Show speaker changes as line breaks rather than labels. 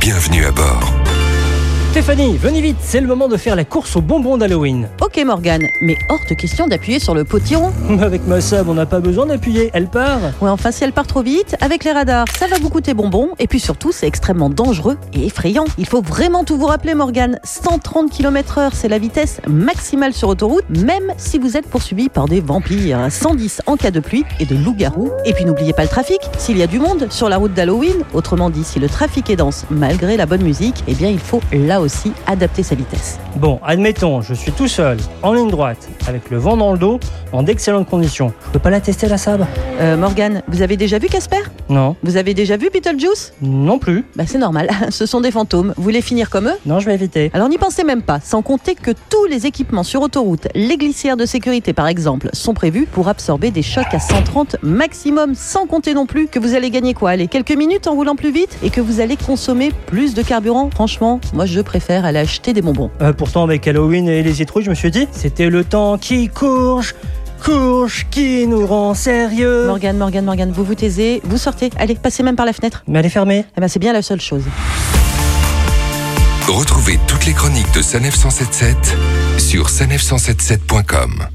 Bienvenue à bord.
Stéphanie, venez vite, c'est le moment de faire la course aux bonbons d'Halloween.
Ok Morgane, mais hors de question d'appuyer sur le potiron.
Avec ma sub, on n'a pas besoin d'appuyer, elle part.
Ouais, enfin si elle part trop vite, avec les radars, ça va vous coûter bonbon. Et puis surtout, c'est extrêmement dangereux et effrayant. Il faut vraiment tout vous rappeler Morgane. 130 km heure, c'est la vitesse maximale sur autoroute, même si vous êtes poursuivi par des vampires. 110 en cas de pluie et de loups-garous. Et puis n'oubliez pas le trafic. S'il y a du monde sur la route d'Halloween, autrement dit, si le trafic est dense malgré la bonne musique, eh bien il faut là aussi adapter sa vitesse.
Bon, admettons, je suis tout seul, en ligne droite, avec le vent dans le dos, dans d'excellentes conditions. Je peux pas la tester la sable
Euh, Morgane, vous avez déjà vu Casper
Non,
Vous avez déjà vu Beetlejuice
non plus.
Bah c'est normal, ce sont des fantômes. Vous voulez finir comme eux
Non, je vais éviter.
alors n'y pensez même pas, sans compter que tous les équipements sur autoroute, les glissières de sécurité par exemple, sont prévus pour absorber des chocs à 130 maximum, sans compter non plus que vous allez gagner quoi Allez, quelques minutes en roulant plus vite et que vous allez consommer plus de carburant. Franchement, moi je préfère aller acheter des bonbons.
Euh, pourtant, avec Halloween et les citrouilles, je me suis dit, c'était le temps qui courge, courge qui nous rend sérieux.
Morgane, Morgane, Morgane, vous vous taisez, vous sortez, allez, passez même par la fenêtre.
Mais elle est fermée.
Eh ben c'est bien la seule chose.
Retrouvez toutes les chroniques de Sanef 177 sur sanef177.com.